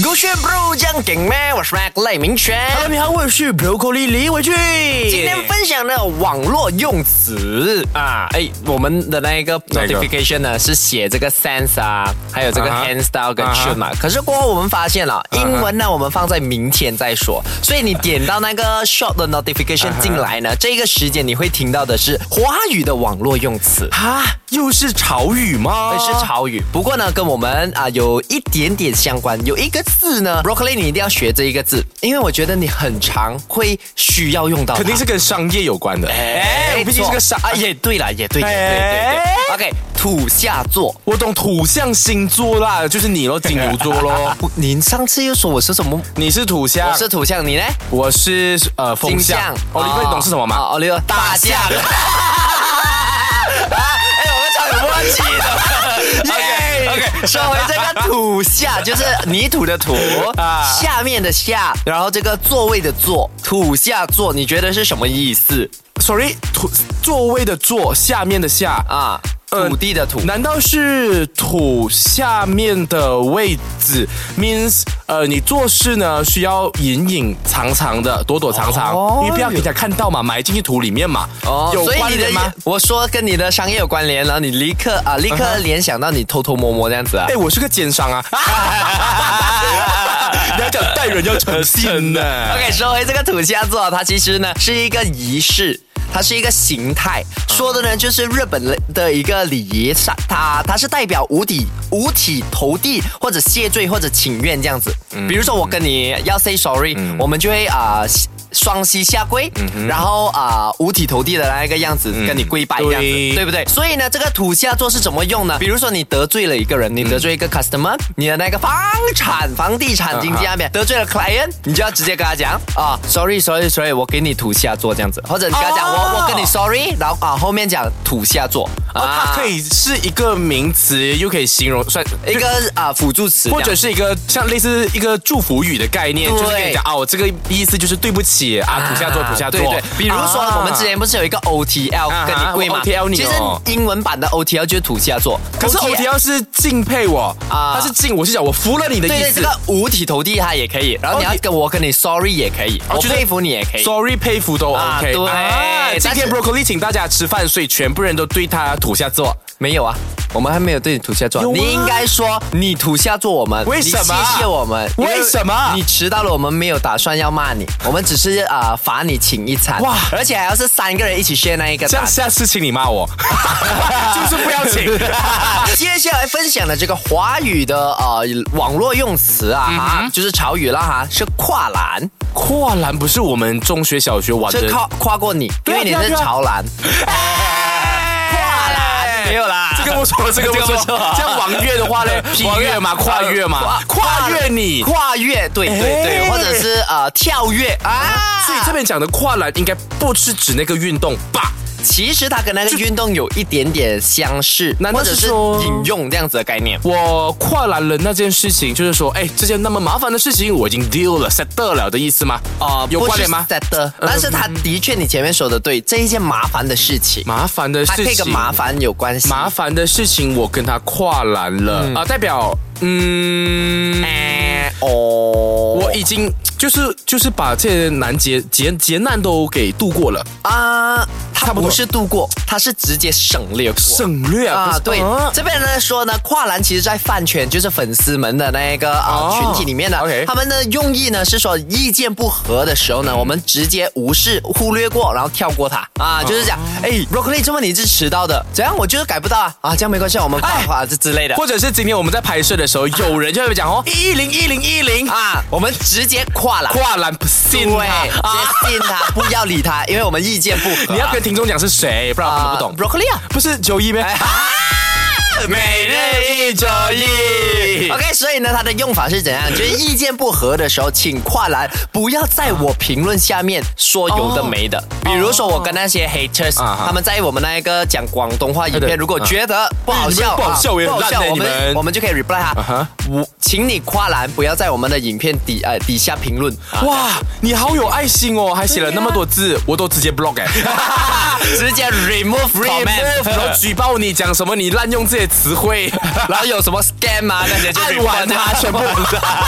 勾选 bro 酱顶妹，我是 Mac 赖明全。 Hello，你好，我是 Broccoli 李伟俊。今天分享的网络用词啊，哎，我们的那个哪一个 notification 呢是写这个 sense 啊，还有这个啊哈 hand style 跟啊哈啊 tune 嘛。可是过后我们发现了，英文呢我们放在明天再说，所以你点到那个 short 的啊 notification 进来呢，这个时间你会听到的是华语的网络用词。哈，又是潮语吗？是潮语，不过呢，跟我们啊有一点点相关。有一个字呢，broccoli，你一定要学这一个字，因为我觉得你很常会需要用到它。肯定是跟商业有关的。哎，我毕竟是个商啊，也对啦，也对，也对，对哎对。OK，土下座。我懂土象星座啦，就是你咯，金牛座咯。不，您啊上次又说我是什么？你哎是土象，我是土象，你呢？我是呃风象。哦，你你懂是什么啊，吗？哦，你大象。啊， 哎，我们差点忘记 了。耶 OK，说回这个土下，就是泥土的土 啊，下面的下，然后这个座位的座，土下座，你觉得是什么意思 Sorry，土座位的座，下面的下。啊？呃土地的土，难道是土下面的位置？means 呃，你做事呢需要隐隐藏藏的，躲躲藏藏，哦因为不要给人家看到嘛，埋进去土里面嘛。哦，有所以关你联吗的？我说跟你的商业有关联，然后你立刻啊，立刻嗯联想到你偷偷摸摸这样子啊哎、。我是个奸 商啊！你要讲待人要诚信 呢、 OK，说回这个土下座，它其实呢是一个仪式。它是一个形态，说的呢就是日本的一个礼仪上，它它是代表五体五体投地或者谢罪或者请愿这样子。比如说我跟你要 say sorry，、我们就会啊、双膝下跪，然后啊、五体投地的那个样子跟你跪拜这样子，对对不对？所以呢，这个土下座是怎么用呢？比如说你得罪了一个人，你得罪一嗯个 customer，你的那个房产房地产经纪那啊边得罪了 client，你就要直接跟他讲啊，sorry sorry sorry，我给你土下座这样子，或者你跟他讲哦我我跟你 sorry，然后啊后面讲土下座哦它啊，可以是一个名词，又可以形容算一个啊辅助词这样，或者是一个像类似一个祝福语的概念，对就是跟你讲哦，这个意思就是对不起啊，土下座，土下座。对对，比如说、啊我们之前不是有一个 OTL 啊跟你跪嘛、 OTL 你其实哦英文版的 OTL 就是土下座，可是 OTL 是敬佩我，啊他是敬，我是讲我服了你的对意对，思这。个五体投地它也可以，然后你要跟我跟你 sorry 也可以，我哦就是佩服你也可以。 Sorry，佩服都哎啊 OK。对今天但是 Broccoli 请大家吃饭，所以全部人都对他土下座。没有啊，我们还没有对你土下座，有啊你应该说你土下座我们，为什么你谢谢我们，为什么你迟到了，我们没有打算要骂你，我们只是啊、呃罚你请一餐。哇哇，而且还要是三个人一起 share 那一个这单样。下次请你骂我，就是不要请。接下来分享的这个华语的呃网络用词啊，嗯哈，就是潮语啦哈，是跨栏，跨栏不是我们中学、小学玩的是，跨跨过你，因对啊为你哦对啊是对啊潮男。跨栏哎 没有啦，这个不错，这个不这个 不错错啊。这样王月的话呢？ 王月嘛，跨越嘛，跨越你。呃跨越，对对对，哎或者是呃跳跃啊。所以这边讲的跨栏应该不是指那个运动吧？其实它跟那个运动有一点点相似，难道或者是是说引用这样子的概念。我跨栏了那件事情，就是说，哎，这件那么麻烦的事情我已经 deal 了 settle 了的意思吗？哦啊，有关联吗？嗯在的，但是它的确，你前面说的对，这一件麻烦的事情，麻烦的它事可以跟情，啊麻烦有关系。麻烦的事情，我跟他跨栏了啊、代表嗯。哦，我已经就是就是把这些难劫劫劫难都给度过了，啊，它差不多不是度过，它是直接省略过。省略啊，不啊，是对啊，这边呢说呢，跨栏其实在饭圈，就是粉丝们的那个啊、哦群体里面呢 OK 他们的用意呢是说意见不合的时候呢，我们直接无视、忽略过，然后跳过它啊，就是讲，哎、b r o c c o l i 这问题是迟到的，怎样我就是改不到啊，啊，这样没关系，我们跨哎跨这之类的。或者是今天我们在拍摄的时候，有人就会讲哦，一零一零一零啊，我们直接跨栏，跨栏不对，信直啊啊！接信他，不要理他，因为我们意见不合啊。你要跟听众讲是谁，不然他们不懂。 broccoli 啊。不是九一呗？每日一周一 OK，所以呢，它的用法是怎样？就是意见不合的时候，请跨栏，不要在我评论下面说有的没的。比如说，我跟那些 haters，哦啊哈他们在我们那个讲广东话影对对片，如果觉得不好笑，你们不好笑我也不好烂笑，欸我你们们我们就可以 reply 啊他哈，我请你跨栏，不要在我们的影片底呃底下评论。哇，你好有爱心哦，还写了那么多字，我都直接 block 哎、 直接 remove remove，然后 comment，举报你讲什么，你滥用这些词 汇，然后有什么 scam 啊那些就按完它全部。啊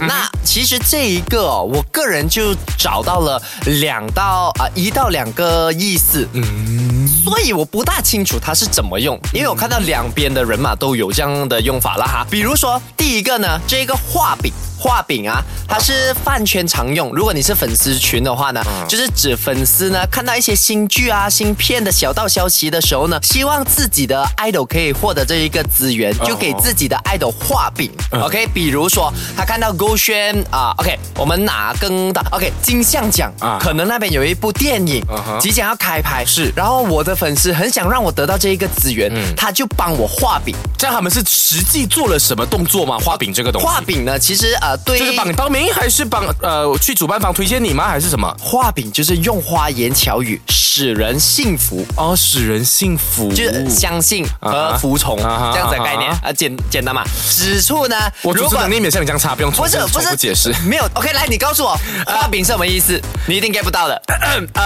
那其实这一个、哦，我个人就找到了两到啊、一到两个意思，嗯，所以我不大清楚它是怎么用，因为我看到两边的人嘛都有这样的用法啦哈。比如说第一个呢，这个画饼。画饼啊，它是饭圈常用。如果你是粉丝群的话呢，就是指粉丝呢看到一些新剧啊、新片的小道消息的时候呢，希望自己的 idol 可以获得这一个资源，就给自己的 idol 画饼。OK，比如说他看到勾轩啊，OK，我们拿更大 OK 金像奖啊可能那边有一部电影嗯哼即将要开拍，啊是，嗯然后我的粉丝很想让我得到这一个资源，他就帮我画饼。这样他们是实际做了什么动作吗？画饼这个东西，画饼呢，其实呃，对就是帮你报名，还是帮呃去主办方推荐你吗？还是什么？画饼就是用花言巧语使人信服。哦，使人信服，就是相信和服从、啊哈这样子的概念啊啊哈简简单嘛。指处呢，我组织能力没有像你这样差，不用重不复是不重是复解释。没有 OK，来你告诉我画饼是什么意思？你一定 get 不到 的，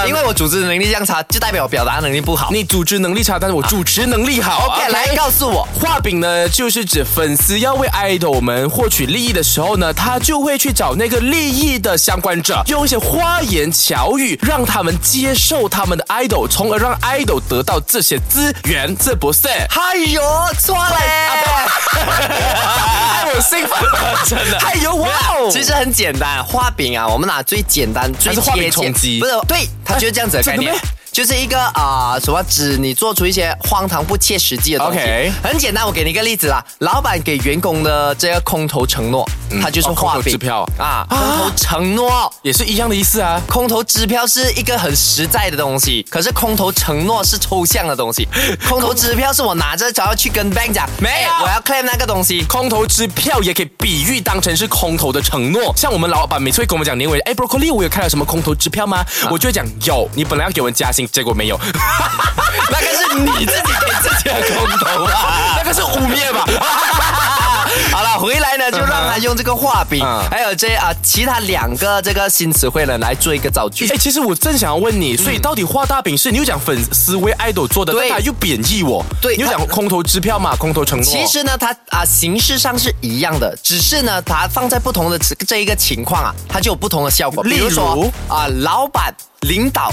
因为我组织能力这样差，就代表我表达能力不好。你组织能力差，但是我主持能力好。 OK，来告诉我画饼呢，就是指粉丝要为 idol 们获取利益的时候呢，他就会去找那个利益的相关者，用一些花言巧语让他们接受他们的 idol，从而让 idol 得到这些资源，是不是？ 哎呦，错啊嘞！哎，我兴奋了，真的。哎呦，哇哦！其实很简单，画饼啊，我们拿最简单、最是画饼贴切充饥不是对，它就是这样子的概 念真的咩。就是一个啊、什么指你做出一些荒唐不切实际的东西。 OK 很简单，我给你一个例子啦。老板给员工的这个空头承诺，它就是哦空头画饼、支票啊，空头承诺。也是一样的意思啊。空头支票是一个很实在的东西，可是空头承诺是抽象的 东西。空头支票是我拿着然后去跟 bank 讲，没有哎我要 claim 那个 东西。空头支票也可以比喻当成是空头的承诺，像我们老板每次会跟我们讲年尾，哎，broccoli，我有看到什么空头支票吗？我就会讲有，你本来要给我们加薪，结果没有，那个是你自己给自己的空头啊，那个是污蔑吧。好了，回来呢就让他用这个画饼嗯，还有这啊其他两个这个新词汇呢来做一个造句哎、。其实我正想要问你，所以到底画大饼是你又讲粉丝为爱豆做的，嗯对但他又贬义我，对你又讲空头支票嘛，空头承诺，其实呢，它啊形式上是一样的，只是呢，它放在不同的这这一个情况啊，它就有不同的效果。例比如如说啊、老板、领导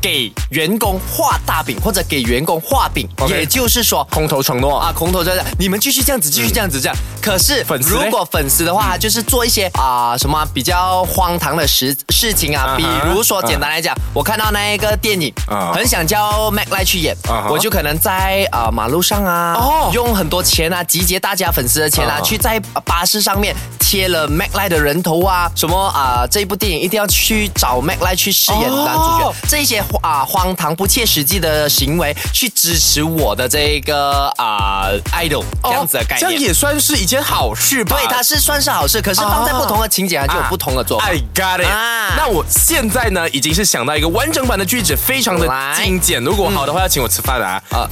给员工画大饼，或者给员工画饼 OK 也就是说空头承诺啊，啊，空头就是你们继续这样子，继续这样子，这样。可是粉丝嘞如果粉丝的话，他就是做一些啊、什么比较荒唐的事事情啊哈啊，比如说啊简单来讲，我看到那一个电影，啊很想叫 Mac 来去演啊哈，我就可能在啊、马路上啊，哦用很多钱啊，集结大家粉丝的钱啊，啊去在巴士上面贴了 Mac 来的人头啊，什么啊、这部电影一定要去找 Mac 来去饰演哦男主角。这些啊荒唐不切实际的行为去支持我的这个啊 idol 这样子的概哦这样念。啊也算是一件好事吧？啊对，它是算是好事，可是放在不同的情景啊，就有不同的做法 I。got it、啊那我现在呢，已经是想到一个完整版的句子，非常的来精简。如果好的话，要请我吃饭啊。啊，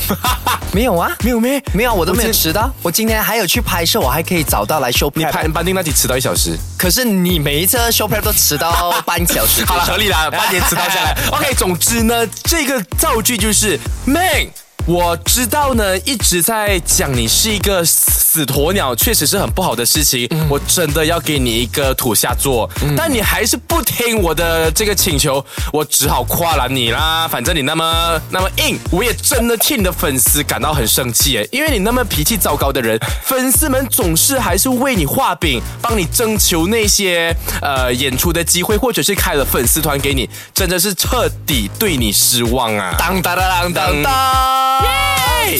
没有啊， 没有咩？没有，我都没有我今迟到。我今天还有去拍摄，我还可以早到来 show 你 prep。拍班定那集迟到一小时，可是你每一次 show prep 都迟到 半小时。好了，合理啦，半年迟到下来。OK，总 之呢，这个造句就是妹。我知道呢，一直在讲你是一个死鸵鸟，确实是很不好的事情。我真的要给你一个土下座，但你还是不听我的这个请求，我只好跨栏你啦。反正你那么那么硬，我也真的替你的粉丝感到很生气耶，因为你那么脾气糟糕的人，粉丝们总是还是为你画饼，帮你征求那些呃演出的机会，或者是开了粉丝团给你，真的是彻底对你失望啊！当当当当当当。哎，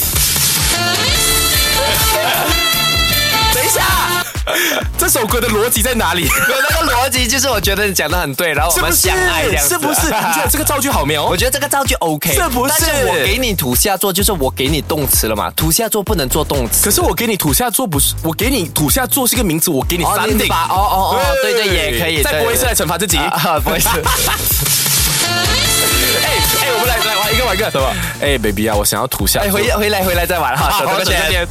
等一下， 这首歌的逻辑在哪里？有那个逻辑，就是我觉得你讲的很对，然后我是不们是相爱这样？子啊是不是？你觉得这个造句好没有我？觉得这个造句 OK，是不是但是我给你土下座，就是我给你动词了嘛，土下座不能做动词。可是我给你土下座不是，我给你土下座是一个名字，我给你哦三你顶。把哦哦哦，对对也可以。再对播一次来惩罚自己。哎啊， 不好意思，哎，我们来来玩一个玩一个什么？哎，baby 啊，我想要土下座。哎，回回来回来再玩哈，啊手这好个手这圈边。